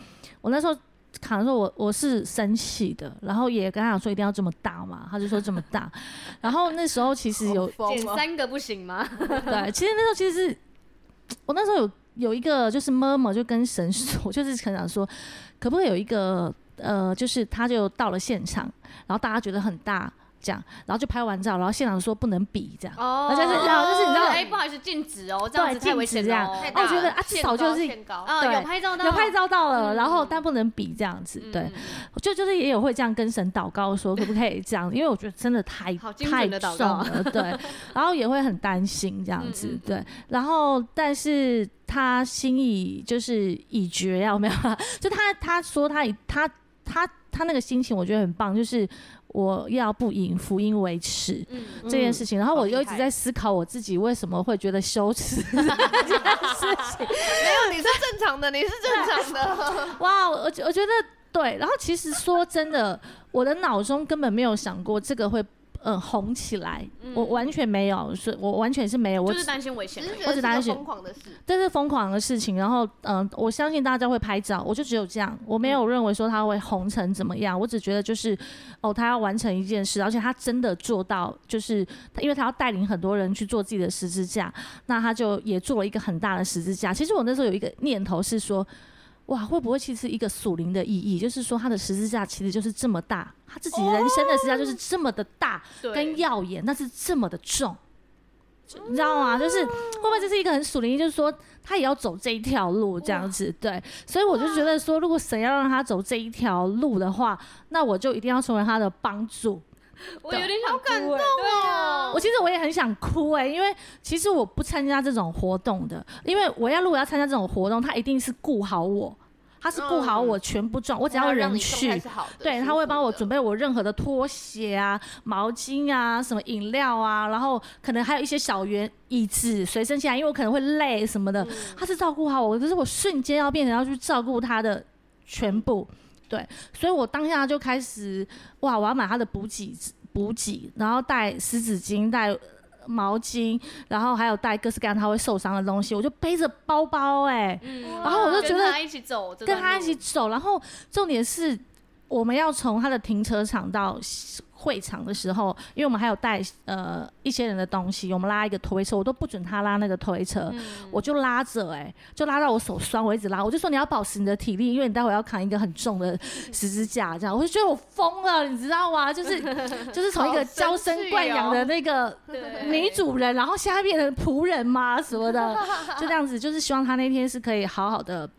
S5: 我那时候扛的时候，我我是生气的，然后也跟他讲说一定要这么大嘛，他就说这么大。 然后那时候其实有
S2: 减三个不行吗？
S5: 对，其实那时候其实是我那时候有有一个就是妈妈就跟神说， 就是很想说，可不可以有一个呃，就是他就到了现场，然后大家觉得很大这样，然后就拍完照，然后现场说不能比这样。
S2: 哦
S5: 而且是然后就是你知道
S2: 哎，不好意思，禁止哦，这样子
S5: 对禁止
S2: 太危险
S5: 这
S2: 了
S5: 样
S2: 哦。
S3: 太
S5: 哦
S3: 大
S5: 我觉得
S3: 了
S5: 啊，
S3: 限
S5: 少就
S3: 高
S5: 是
S3: 限高
S2: 啊，
S5: 对
S2: 有拍照到，
S5: 有拍照到
S2: 嗯
S5: 了，然后但不能比这样子，
S2: 嗯，
S5: 对，就就是也有会这样跟神祷告说可不可以这样，因为我觉得真的太
S2: 好精
S5: 太
S2: 准的祷
S5: 重
S2: 告啊
S5: 了， 对，然后也会很担心这样子，
S2: 嗯嗯
S5: 对，然后但是他心意就是已决要没有啦，就他他说他已他他他那个心情我觉得很棒，就是我要不以福音为耻。
S2: 嗯，嗯
S5: 这件事情，然后
S3: 好
S5: 我
S3: 厉
S5: 又一直
S3: 害
S5: 在思考我自己为什么会觉得 羞耻这件事情，
S3: 没有，你是正常的，你是正常的。
S5: 哇，我我觉我觉得对。然后其实说真的，我的脑中根本没有想过这个会嗯、呃红起来，我完全没有，是我完全是没有，我
S2: 嗯
S5: 嗯
S2: 就是担心 危
S3: 只
S2: 险而
S3: 是
S2: 已。
S3: 觉
S5: 我
S3: 得
S5: 只
S3: 是
S5: 拿
S3: 个
S5: 去
S3: 疯狂的事，
S5: 这是疯狂的事情，然后嗯、呃我相信大家会拍照，我就只有这样，我没有认为说他会红成怎么样，我只觉得就是哦，他要完成一件事，而且他真的做到，就是因为他要带领很多人去做自己的十字架，那他就也做了一个很大的十字架。其实我那时候有一个念头是说。哇，会不会其实一个属灵的意义，就是说他的十字架其实就是这么大，他自己人生的十字架就是这么的大，跟
S2: 对，
S5: 耀眼，但是这么的重，就你知道吗？就是会不会这是一个很属灵，就是说他也要走这一条路这样子？对，所以我就觉得说，如果神要让他走这一条路的话，那我就一定要成为他的帮助。
S2: 我有点想哎感动啊
S5: 我其实我也很想哭哎、因为其实我不参加这种活动的，因为我要如果要参加这种活动，他一定是顾好我，他是顾好我全部状，我只要人去，对，他会帮我准
S3: 备。
S5: 备我任何的拖鞋啊、毛巾啊、什么饮料啊，然后可能还有一些小圆椅子随身携带，因为我可能会累什么的，他是照顾好我，可是我瞬间要变成要去照顾他的全部，对，所以我当下就开始哇，我要买他的补给补给，然后带湿纸巾、带毛巾，然后还有带各式各样他会受伤的东西，我就背着包包哎、
S2: 嗯，
S5: 然后我就觉得
S2: 跟他一起走，
S5: 跟他一起，走。然后重点是，我们要从他的停车场到会场的时候，因为我们还有带呃一些人的东西，我们拉一个推车，我都不准他拉那个推车，
S3: 嗯
S5: 我就拉着哎、就拉到我手酸，我一直拉，我就说你要保持你的体力，因为你待会要扛一个很 重的十字架，这样我就觉得我疯了，你知道吗？就是 就是从一个
S3: 好生
S5: 娇生
S3: 气
S5: 惯养的
S3: 哦
S5: 那个
S2: 对
S5: 女主人，然后现在变成仆人吗？什么的，就这样子，就是希望他那天是可以好好的。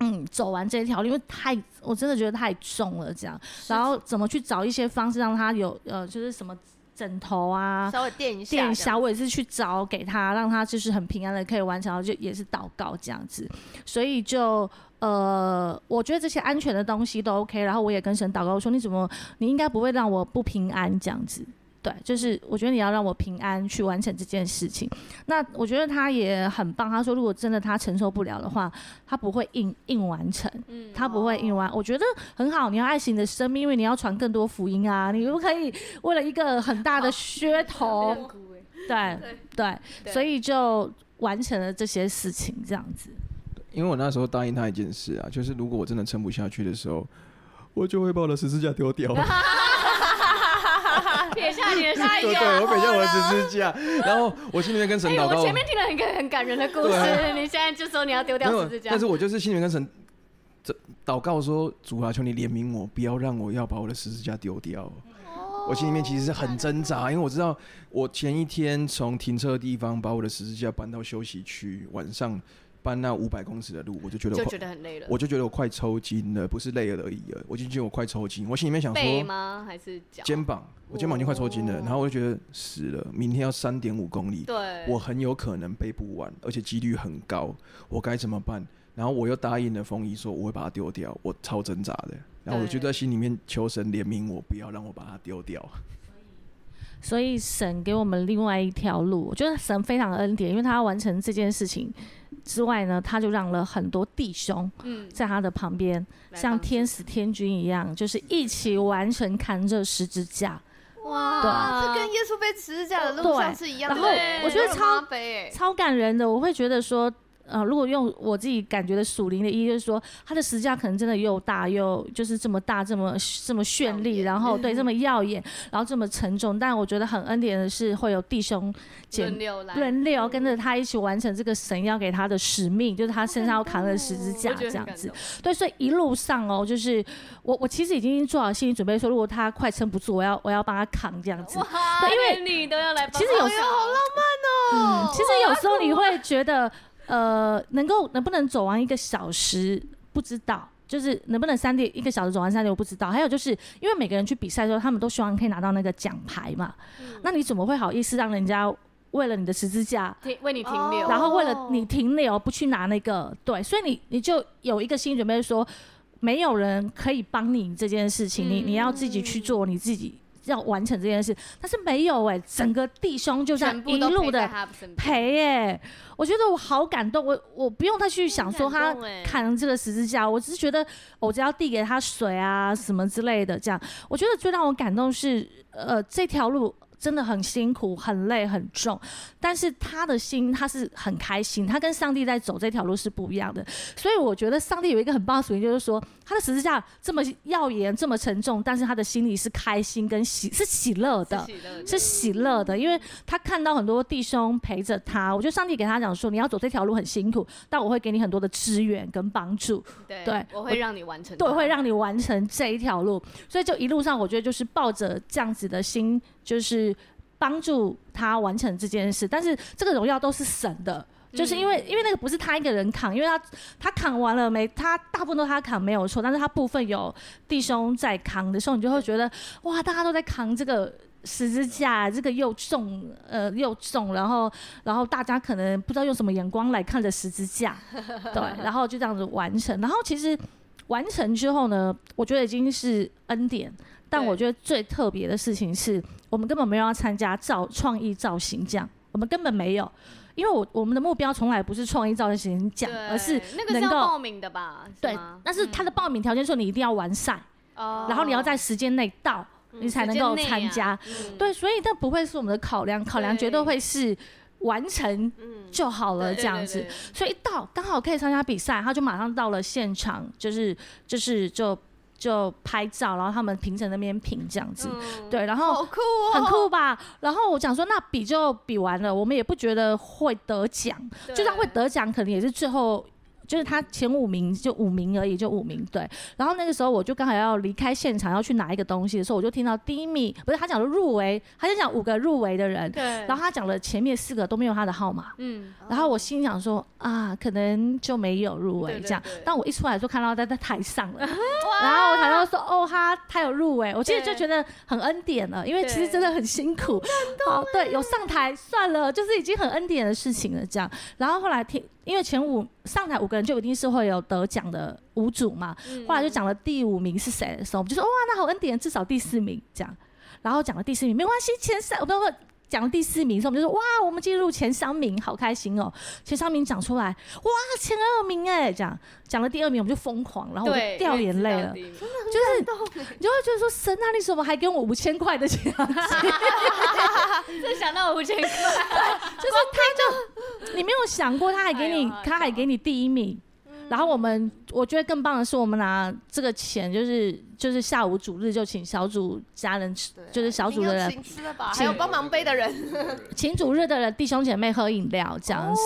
S5: 嗯，走完这一条路，因为太，我真的觉得太重了，这样。然后怎么去找一些方式让他有呃，就是什么枕头啊、
S3: 稍微垫一下，
S5: 垫下，我也是去找给他，让他就是很平安的可以完成，然后就也是祷告这样子。所以就呃，我觉得这些安全的东西都 OK。然后我也跟神祷告说，你怎么，你应该不会让我不平安这样子。对，就是我觉得你要让我平安去完成这件事情。那我觉得他也很棒，他说如果真的他承受不了的话，他不会硬硬完成。
S2: 嗯
S5: 他不会因为我觉得很好，你要爱惜你的生命，因为你要传更多福音啊！你不可以为了一个很大的噱头，
S2: 啊
S5: 对对，
S2: 哎对
S5: 所以就完成了这些事情，这样子。
S4: 因为我那时候答应他一件事啊，就是如果我真的撑不下去的时候，我就会把我的十字架 丢掉。
S2: 啊撇下你的下
S4: 对
S2: 一
S4: 对，
S2: 个。哦
S4: 我等一下我的十字架，然后我心里面跟神
S2: 哎，
S4: 祷
S2: 我
S4: 告。
S2: 前面听了很感很感人的故
S4: 对啊
S2: 事，你现在就说你要丢
S4: 没
S2: 掉
S4: 有啊
S2: 十字，架
S4: 但，是我就是心里面跟神这祷告说：“主啊，求你怜悯我，不要让我要把我的十字架丢掉。”
S2: 哦
S4: 我心里面其实是很挣扎，因为我知道我前一天从停车的地方把我的十字架搬到休息区，晚上搬那五百公尺的路，我就觉得我
S2: 就
S4: 快
S2: 觉得很累了。
S4: 我就觉得我快抽筋了，不是累了而已了，我就觉得我快抽筋。我心里面想
S2: 背
S4: 说，
S2: 吗？还是脚？
S4: 肩膀，我肩膀已经快抽筋了，
S2: 哦
S4: 然后我就觉得死了，明天要三点五公里，
S2: 对，
S4: 我很有可能背不完，而且几率很高，我该怎么办？然后我又答应了风仪说我会把它丢掉，我超挣扎的。然后我就
S2: 对
S4: 在心里面求神怜悯我，不要让我把它丢掉。
S5: 所以神给我们另外一条路，我觉得神非常恩典，因为他要完成这件事情之外呢，他就让了很多弟兄
S2: 嗯，
S5: 在他的旁边，
S2: 来
S5: 像
S2: 帮助
S5: 天使天君一样，就是一起完成扛着十字架。
S2: 哇，
S3: 这跟耶稣被十字架的路上是一样的。
S5: 然后
S2: 对
S5: 我觉得
S2: 那个妈
S5: 超
S2: 背欸
S5: 超感人的，我会觉得说，呃，如果用我自己感觉的属灵的意义，就是说，它的实价可能真的又大又就是这么大，这么这么绚
S3: 耀
S5: 丽，
S3: 眼
S5: 然后对这
S2: 嗯
S5: 么耀眼，然后这么沉重，但我觉得很恩典的是会有弟兄姐
S2: 轮流来，嗯
S5: 轮流跟着他一起完成这个神要给他的使命，就是他身上要扛的十字架
S2: 我觉
S5: 这
S2: 得很
S5: 样
S2: 感
S5: 子
S2: 动。。
S5: 对，所以一路上哦，就是我我其实已经做好心理准备，说如果他快撑不住，我要我要帮他扛这样子。
S2: 哇，
S5: 对因为
S2: 连你都要来帮忙，
S5: 其实有时
S2: 时候哦
S5: 嗯，其实有时候你
S2: 啊
S5: 会觉得，呃，能够能不能走完一个小时不知道，就是能不能三点一个小时走完三点我不知道。还有就是因为每个人去比赛的时候，他们都希望可以拿到那个奖牌嘛，
S2: 嗯
S5: 那你怎么会好意思让人家为了你的十字架
S2: 停为你停
S3: 哦
S2: 留，
S5: 然后为了你停留不去拿那个，对，所以你你就有一个心理
S2: 嗯
S5: 准备说，没有人可以帮你这件事情，你你要自己去做你自己。要完成这件事，但是没有哎、整个弟兄就这样
S2: 全部
S5: 一
S2: 都
S5: 路
S2: 陪在
S5: 的
S2: 他身边，
S5: 陪哎、我觉得我好感动，我我不用再去想说
S2: 很
S5: 他
S2: 感动欸
S5: 砍这个十字架，我只是觉得哦我只要递给他水啊什么之类的，这样我觉得最让我感动是，呃，这条路真的很辛苦、很累、很重，但是他的心他是很开心，他跟上帝在走这条路是不一样的，所以我觉得上帝有一个很棒的属性，就是说他的十字架这么耀眼、这么沉重，但是他的心里是开心跟喜是喜乐的，
S2: 是喜乐的
S5: 是喜乐的，因为他看到很多弟兄陪着他，我觉得上帝给他讲说，你要走这条路很辛苦，但我会给你很多的支援跟帮助，
S2: 对
S5: 对
S2: 我
S5: 我
S2: 会让你完成它，
S5: 对，会让你完成这一条路。所以就一路上，我觉得就是抱着这样子的心，就是帮助他完成这件事。但是这个荣耀都是神的。就是因为，因为那个不是他一个人扛，因为他他扛完了没，他大部分都他扛没有错，但是他部分有弟兄在扛的时候，你就会觉得哇，大家都在扛这个十字架，这个又重呃又重，然后然后大家可能不知道用什么眼光来看着十 字架，对，然后就这样子完成。然后其实完成之后呢，我觉得已经是恩典。但
S2: 对
S5: 我觉得最特别的事情是我们根本没有要参加造创意造型奖，我们根本没有，因为我我们的目标从来不是创意造型奖，
S2: 对
S5: 而是
S2: 那个是
S5: 能
S2: 要
S5: 够
S2: 报名的吧？是
S5: 对
S2: 吗，
S5: 但是它的报名条件说你一定要完赛，
S2: 哦
S5: 然后你要在时间内到，你才能够参加。，
S2: 嗯时间内啊嗯
S5: 对，所以那不会是我们的考量，考量绝对
S2: 对
S5: 会是完成
S3: 嗯，
S5: 就好了
S2: 对
S5: 呃这样
S2: 对
S5: 子
S2: 对。对
S5: 所以一到刚好可以参加比赛，他就马上到了现场，就是就是就就拍照，然后他们评审那边评这样子。
S2: 嗯
S5: 对，然后
S3: 好酷哦，
S5: 很酷吧？然后我讲说，那比就比完了，我们也不觉得会得奖，就算会得奖，可能也是最后。就是他前五名就五名而已，就五名对。然后那个时候我就刚好要离开现场，要去拿一个东西的时候，我就听到第一名不是他讲的入围，他就讲五个入围的人，
S2: 对，然
S5: 然后他呃讲了前面四个都没有他的号码，
S2: 嗯，
S5: 然后我心想说啊，可能就没有入围
S2: 对对
S5: 这样
S2: 对。
S5: 但我一出来就看到他在台上 了，然后我台上说哦，他他有入围，我其实就
S2: 对
S5: 觉得很恩典了，因为其实
S2: 对
S5: 真的很辛苦。好，对，有上台算了，就是已经很恩典的事情了这样。然后后来听，因为前五上台五个人就一定是会有得奖的五组嘛，
S2: 嗯
S5: 后来就讲了第五名是谁的时候，我们就说哇，那好恩典，至少第四名这样。然后讲了第四名，没关系，前三，不不不，讲了第四名的时候，我们就说哇，我们进入前三名，好开心哦。前三名讲出来，哇，前二名哎，这样讲了第二名，我们就疯狂，然后我就
S2: 对
S5: 掉眼泪了，
S2: 因为知道
S5: 就是你就会觉得说神啊，你怎么还给我五千块的啊奖 金？
S2: 第一名 这想到五千块，
S5: 就是他就你没有想过，他还给你
S2: 哎呦，
S5: 他还给你第一名。 然后我们，我觉得更棒的是，我们拿这个钱，就是就是下午主日就请小组家人吃
S3: 对啊，
S5: 就是小组的
S3: 一
S5: 人
S3: 定要请吃的吧，
S5: 请
S3: 还有帮忙背的人，
S5: 请主日的人弟兄姐妹喝饮料这样子，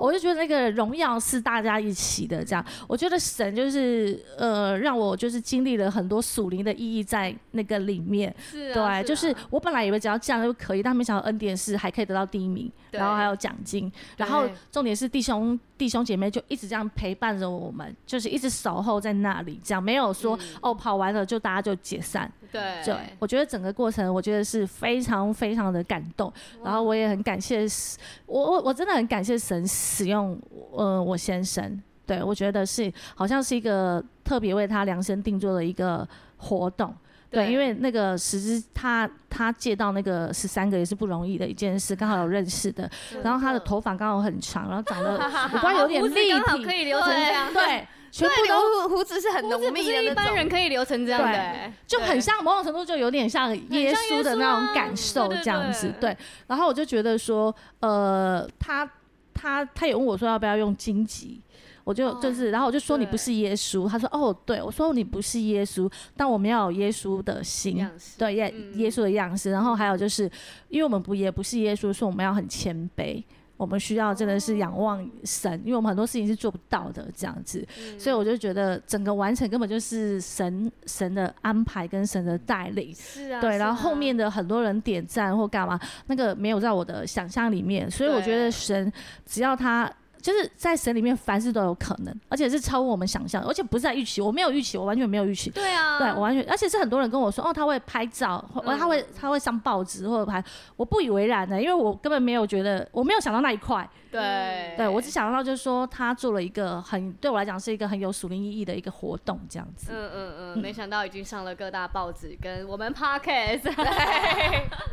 S5: 我就觉得那个荣耀是大家一起的这样。我觉得神就是呃，让我就是经历了很多属灵的意义在那个里面。
S2: 是啊
S5: 对，就是
S2: 啊
S5: 我本来以为只要这样就可以，但没想到恩典是还可以得到第一名，
S2: 对
S5: 然后还有奖金，然后重点是弟兄弟兄姐妹就一直这样陪伴着我们，就是一直守候在那里，这样没有说、
S2: 嗯
S5: 哦跑完了就大家就解散。
S2: 对
S5: 对，我觉得整个过程我觉得是非常非常的感动，然后我也很感谢神我我我真的很感谢神使用呃我先生，对我觉得是好像是一个特别为他量身定做的一个活动。对，
S2: 对
S5: 因为那个十之他他借到那个十三个也是不容易的一件事，刚好有认识的，然后他的头发刚好很长，然后 长得五官有点
S2: 啊胡子
S5: 立体，
S2: 刚好可以留成这样，
S5: 对，全部
S3: 对，
S5: 都
S3: 留胡胡子是很浓
S2: 这不
S3: 密
S2: 是
S3: 的
S2: 一
S3: 那
S2: 般
S3: 种，
S2: 人可以留成这样的
S5: 对
S2: 欸，
S5: 就
S2: 对
S5: 很。像某种程度就有点像耶稣的那种感受这样子，
S2: 啊对对
S5: 对。然后我就觉得说，呃，他他他也问我说要不要用荆棘。我就
S2: 哦
S5: 就是，然后我就说
S2: 对
S5: 你不是耶稣，他说哦对，我说你不是耶稣，但我们要有耶稣的心，
S2: 样式，
S5: 对耶
S2: 嗯
S5: 耶稣的样式。然后还有就是，因为我们不也不是耶稣，所以我们要很谦卑，我们需要真的是仰望神，因为我们很多事情是做不到的这样子。
S2: 嗯
S5: 所以我就觉得整个完成根本就是神神的安排跟神的带领。
S2: 是啊，
S5: 对，
S2: 是
S5: 然后
S2: 啊
S5: 后面的很多人点赞或干嘛，那个没有在我的想象里面，所以我觉
S2: 对
S5: 得神只要他就是在神里面凡事都有可能，而且是超乎我们想象，而且不是在预期，我没有预期，我完全没有预期。
S2: 对啊，
S5: 对，我完全，而且是很多人跟我说，哦，他会拍照，或
S2: 嗯
S5: 他会他会上报纸或者拍，我不以为然的，因为我根本没有觉得，我没有想到那一块，
S2: 对，
S5: 对我只想到就是说他做了一个很对我来讲是一个很有属灵意义的一个活动这样子，
S2: 嗯嗯嗯，没想到已经上了各大报纸跟我们 podcast，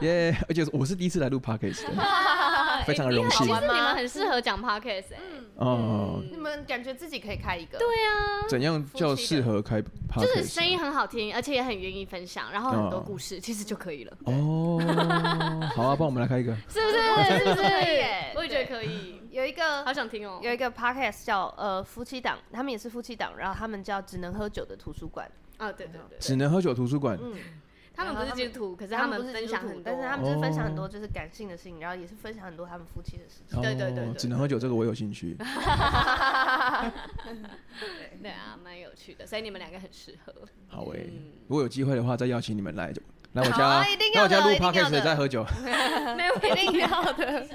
S4: 耶！而且我是第一次来录 podcast，的 非常的荣
S2: 其
S4: 幸
S2: 实
S3: 玩
S2: 你
S3: 吗
S2: 们很适合讲 podcast 哎、
S4: 哦。
S3: 你们感觉自己可以开一个？
S2: 对啊，
S4: 怎样叫适合开 podcast？
S2: 就是声音很好听，而且也很愿意分享，然后很多故事，其实就可以了，
S4: 哦，好啊，帮我们来开一个。
S2: 是不是？是不是
S3: 可以耶？
S2: 我也觉得可以，
S3: 有一个
S2: 好想听哦、
S3: 有一个 podcast 叫呃夫妻档，他们也是夫妻档，然后他们叫只能喝酒的图书馆。
S2: 啊，对对对
S4: 只能喝酒图书馆，
S3: 嗯，
S2: 他们不是基督徒，可是
S3: 他
S2: 们
S3: 不是
S2: 分
S3: 基
S2: 享
S3: 督徒
S2: 很多，
S3: 但是他们就是分享很多就是感性的事情，然后也是分享很多他们夫妻的事情。
S4: 哦
S2: 对对对对
S4: 只能喝酒这个我有兴趣。
S2: 对啊，蛮有趣的，所以你们两个很适合。
S4: 好诶、
S2: 嗯
S4: 如果有机会的话，再邀请你们来来我
S3: 好
S4: 家
S3: 啊一定，
S4: 来
S3: 要
S4: 我
S3: 的
S4: 家录
S3: 一定要
S4: podcast
S3: 的
S4: 再喝酒。
S2: 没有 一定
S3: 哦
S2: 要的。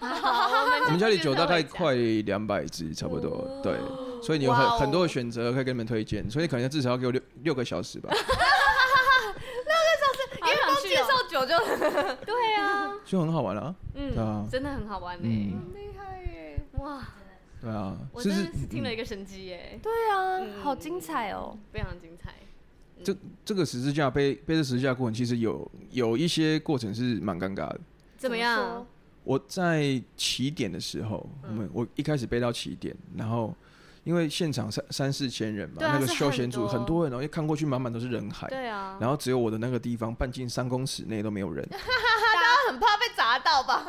S2: 好我
S4: 我们家里酒大概
S2: 快。
S4: 快两百支，差不多。对，所以你有
S3: 哇哦
S4: 很很多的选择可以给你们推荐，所以可能至少要给我六六个小时吧。
S2: 因为光介绍酒就对啊，
S4: 就很好玩了、啊，对啊
S2: 嗯，真的很好玩呢。
S4: 嗯，
S3: 厉害耶！
S2: 哇，
S4: 对啊，
S2: 我
S4: 就
S2: 真
S4: 是嗯
S2: 的是听了一个神机耶，
S3: 对啊
S2: 嗯，
S3: 好精彩哦！
S2: 非常精彩。
S4: 这这个十字架背背着十字架过程，其实有有一些过程是蛮尴尬的。
S2: 怎么样？
S4: 我在起点的时候，我们我一开始背到起点，然后因为现场三三四千人嘛，
S3: 对啊
S4: 那个
S3: 是
S4: 休闲
S3: 很
S4: 组
S3: 多
S4: 很多人哦，然后一看过去满满都是人海，
S2: 对啊，
S4: 然后只有我的那个地方半径三公尺内都没有人，
S3: 他很怕被砸到吧？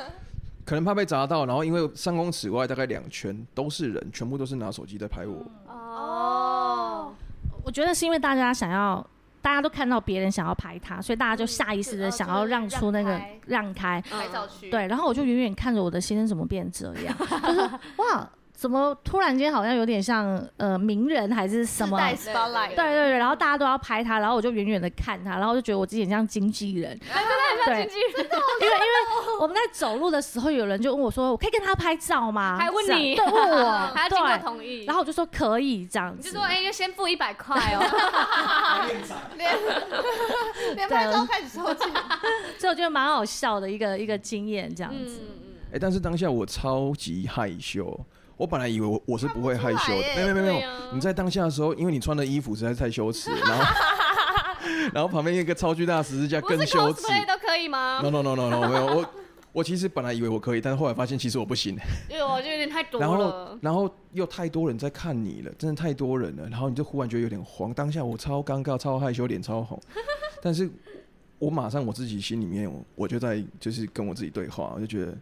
S4: 可能怕被砸到，然后因为三公尺外大概两圈都是人，全部都是拿手机在拍我，
S2: 嗯哦，
S5: 我觉得是因为大家想要。大家都看到别人想要拍他，所以大家就下意识的想要让出那个让开，
S2: 嗯
S3: 拍照区，
S5: 对，然后我就远远看着我的先生怎么变这样，就是哇，怎么突然间好像有点像呃名人还是
S3: 自
S5: 什 么？
S3: 带
S5: 对
S3: spotlight，
S5: 对对，然后大家都要拍他，然后我就远远的看他，然后我就觉得我自己很像经纪人，对，
S2: 经纪人
S5: 因为因为我们在走路的时候，有人就问我说：“我可以跟他拍照吗？”
S2: 还问
S5: 这样
S2: 你
S5: 对，问我，
S2: 还要经过
S5: 对
S2: 同意，
S5: 然后我就说可以这样
S2: 你就
S5: 子
S2: 说，，哎，要先付一百块 哦。
S3: 连 连拍照开始收集，
S5: 所以我觉得蛮好笑的一个一个经验这样
S2: 嗯
S5: 子。
S2: 嗯
S4: 哎、但是当下我超级害羞，我本来以为我我是不会害羞的，
S3: 看不出来耶
S4: 没有没有没
S2: 对
S4: 有
S2: 啊，
S4: 你在当下的时候，因为你穿的衣服实在是太羞 耻，然后 然后旁边一个超巨大的十字架
S2: 嗯，不是
S4: 更羞耻
S2: cosplay 都可以吗
S4: ，no？no no no no 没有我。我其实本来以为我可以，但是后来发现其实我不行。
S2: 因为我就有点太多
S4: 然后
S2: 了，。
S4: 然后又太多人在看你了，真的太多人了。然后你就忽然觉得有点慌，当下我超尴尬、超害羞、脸超 红。但是我马上我自己心里面，我我就在就是跟我自己对话，我就觉得，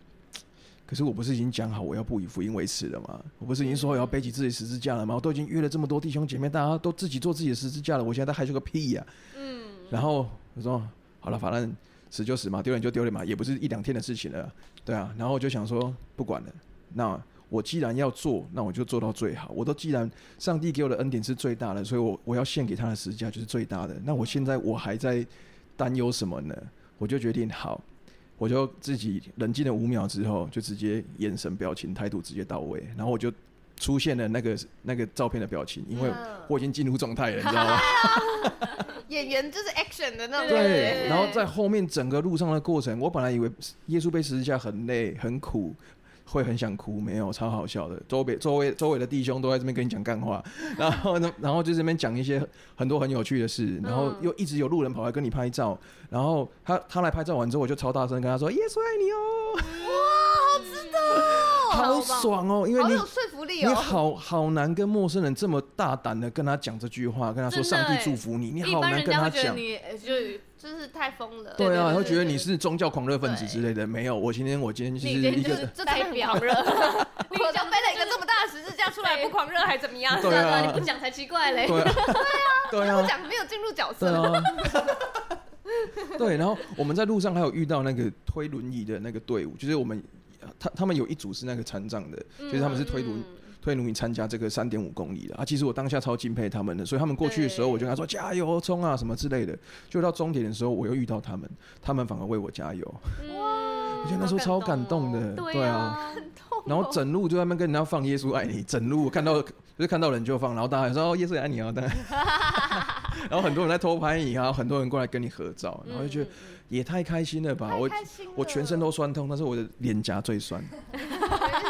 S4: 可是我不是已经讲好我要不以福音为耻了吗？我不是已经说我要背起自己十字架了吗？我都已经约了这么多弟兄姐妹，大家都自己做自己的十字架了，我现在在害羞个屁呀、
S2: 嗯，
S4: 然后我说好了，反正死就死嘛，丢脸就丢脸嘛，也不是一两天的事情了，对啊。然后我就想说，不管了，那我既然要做，那我就做到最好。我都既然上帝给我的恩典是最大的，所以我我要献给他的十字架就是最大的。那我现在我还在担忧什么呢？我就决定好。我就自己冷静了五秒之后，就直接眼神、表情、态度直接到位，然后我就出现了那个那个照片的表情，因为我已经进入状态了，你知道吗？
S3: 演员就是 action 的那种感
S4: 对，
S3: 觉。
S4: 然后在后面整个路上的过程，我本来以为耶稣被十字架很累很苦，会很想哭，没有，超好笑的。周围周围周围的弟兄都在这边跟你讲干话，然后呢，然后就这边讲一些很多很有趣的事，然
S2: 嗯
S4: 后又一直有路人跑来跟你拍照，然后他他来拍照完之后，我就超大声跟他说：“耶稣爱你哦，
S3: 哇，好值得哦，
S4: 好爽哦，因为
S3: 好
S4: 你
S3: 有说服力
S4: 你
S3: 哦。
S4: 好好难跟陌生人这么大胆的跟他讲这句话，跟他说
S2: 真的
S4: 上帝
S2: 欸
S4: 祝福你，你
S2: 一
S4: 好
S2: 般
S4: 难
S2: 人
S4: 跟
S2: 家
S4: 他
S2: 会觉得
S4: 讲。”
S2: 你呃 就是
S3: 哎就是太疯了，
S4: 对啊，
S2: 对对
S4: 会觉得
S2: 对
S4: 你是宗教狂热分子之类的。没有，我今天我今天就是
S2: 你今天
S4: 一
S2: 就
S4: 个
S2: 是
S3: 这真的很狂热。我就背了一个这么大的十字架出来，不狂热还怎么样？
S4: 对啊
S2: 你不讲才奇怪嘞。
S4: 对啊，对
S3: 不
S4: 啊，
S3: 讲没有进入角
S4: 对
S3: 色，
S4: 啊。 对，然后我们在路上还有遇到那个推轮椅的那个队伍，就是我们他他们有一组是那个残障的，
S2: 嗯
S4: 就是他们是推轮推轮椅参加这个三点五公里的啊。其实我当下超敬佩他们的，所以他们过去的时候，
S2: 对
S4: 我就跟他说加油冲啊什么之类的。就到终点的时候，我又遇到他们，他们反而为我加油，
S2: 哇，
S4: 我觉得那时候超感动的。
S2: 对
S4: 对啊，
S2: 啊，
S3: 很痛
S4: 然后整路就在那边跟人家放耶稣爱你，整路看到就是看到人就放，然后大家也说哦耶稣也爱你啊， 大家，然后很多人在偷拍你啊，很多人过来跟你合照，然后就觉
S2: 嗯
S4: 得也太开心了吧，我
S3: 太开心了
S4: 我全身都酸痛，但是我的脸颊最酸，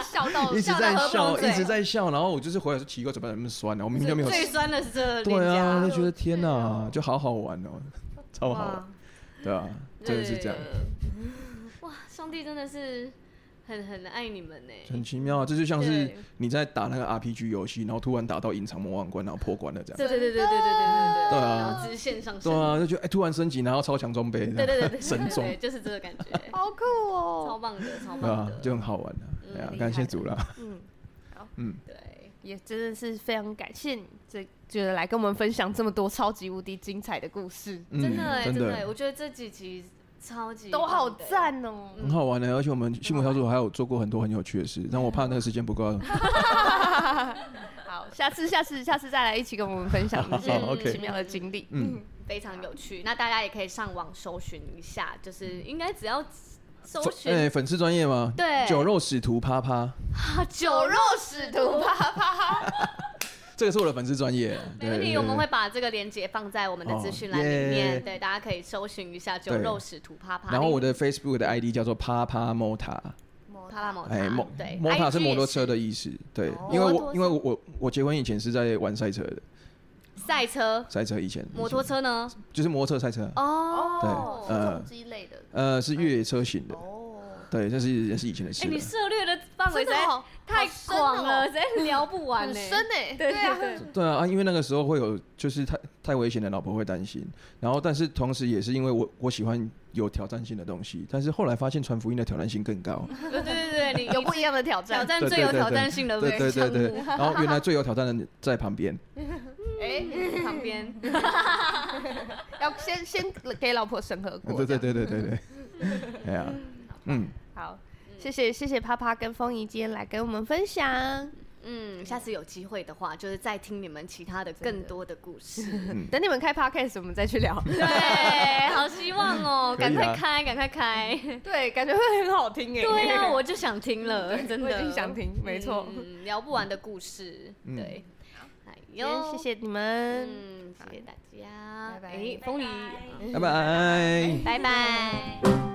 S3: 笑
S2: 哦
S3: 到
S4: 一直在
S3: 到合不拢
S4: 笑，
S3: 嘴
S4: 一直在笑，然后我就是回来说奇怪怎么那么酸呢、啊我明明就没有，
S2: 最酸的是这
S4: 对
S2: 脸颊
S4: 啊，
S2: 啊
S4: 就觉得天哪、就好好玩哦，超好玩，
S2: 哇，
S4: 对啊，真的是这样。
S2: 对。哇，上帝真的是很很爱你们呢。
S4: 很奇妙啊，这就像是
S2: 对
S4: 你在打那个 RPG 游戏，然后突然打到隐藏魔王关，然后破关了这样。
S2: 对对对对对对对对
S4: 对啊
S2: 然后只是线上
S4: 对
S2: 升，
S4: 啊，就觉得哎、突然升级，然后超强装备，
S2: 对对对对，
S4: 神装
S2: 对，，就是这个感觉，
S3: 好酷
S2: 超
S3: 哦！
S2: 棒的，超
S4: 对
S2: 棒
S4: 啊
S2: 的，，
S4: 就很好玩的、
S2: 嗯
S4: 对啊
S2: 厉，害
S4: 感谢主啦，
S3: 嗯，
S2: 对。
S3: 也真的是非常感谢你，这就是来跟我们分享这么多超级无敌精彩的故事，
S4: 嗯
S2: 真的哎、
S4: 真
S2: 真的哎、
S4: 的
S2: 我觉得这几集超级
S3: 都好
S2: 棒的，
S3: 赞哦！
S4: 很好玩的、啊而且我们新闻小组还有做过很多很有趣的事，但我怕那个时间 不够。
S3: 好，下次下次下次再来一起跟我们分享
S4: 好
S3: 这些
S4: ，OK
S3: 奇妙的经历。
S4: 嗯，
S2: 非常有趣。那大家也可以上网搜寻一下，就是应该只要搜
S4: 粉
S2: 寻、
S4: 哎、粉丝专业吗？
S2: 对
S4: 酒肉使徒啪啪，
S2: 啊酒肉使徒吧。
S4: 这个是我的粉丝专业。
S2: 没
S4: 对
S2: 问
S4: 对
S2: 题，
S4: 对
S2: 我们会把这个链接放在我们的资讯栏里
S4: 哦耶
S2: 面，对，大家可以搜寻一下酒
S4: 对
S2: 肉使徒啪啪。
S4: 然后我的 Facebook 的 ID 叫做啪啪 Mota，
S2: 啪啪摩
S4: 哎，
S2: 擦
S4: 摩，
S2: 对
S4: 摩塔
S2: IG
S4: 是摩托车
S2: 也
S4: 的意思，对
S2: 哦，
S4: 因为
S2: 摩托
S4: 我
S2: 车
S4: 因为我我我结婚以前是在玩赛车的，
S2: 是赛车、
S4: 赛车以前
S2: 摩托车呢？
S4: 就是摩托车赛车，
S2: 哦，
S4: 对呃
S3: 重击类的
S4: 呃，是越野车型的，
S3: 哦，
S4: 对，这是也是以前的
S2: 哎，
S4: 事
S2: 你
S4: 了。
S2: 涉猎的范围
S3: 真的
S2: 实在
S3: 好哦
S2: 太广了，
S3: 好
S2: 实在聊不完
S3: 很
S2: 呢。
S3: 深哎，对啊，
S4: 对啊，啊，因为那个时候会有，就是太太危险的老婆会担心，然后但是同时也是因为我我喜欢有挑战性的东西，但是后来发现传福音的挑战性更高，
S2: 对对对对，你
S3: 有不一样的挑
S2: 挑
S3: 战。
S2: 战
S4: 对
S2: 最
S4: 对
S2: 有
S4: 对
S2: 挑
S4: 对
S2: 战性的
S4: 对对对
S2: 项
S4: 对，
S2: 目，
S4: 然后原来最有挑战的在旁边，
S3: 哎，
S2: 旁边
S3: 要先先给老婆审核过。
S4: 对
S3: 这
S4: 对
S3: 样
S4: 对对对对，哎呀，嗯，
S3: 好，谢谢谢谢啪啪跟风仪今天来跟我们分享。
S2: 嗯，下次有机会的话，就是再听你们其他的更多的故事。
S3: 等你们开 podcast 我们再去聊。
S2: 对，好希望哦，
S4: 可以啊
S2: 赶快开，赶快开。
S3: 对，感觉会很好听哎。
S2: 对呀、我就想 听了，真
S3: 我已
S2: 的
S3: 经想听，没错。
S2: 嗯，聊不完的故事，
S4: 嗯
S2: 对，哎
S3: 今天
S2: 呦，
S3: 谢，谢你们。
S2: 嗯，谢谢大家，
S3: 拜拜
S2: 哎，风梨，
S4: 嗯拜拜。
S2: 拜拜。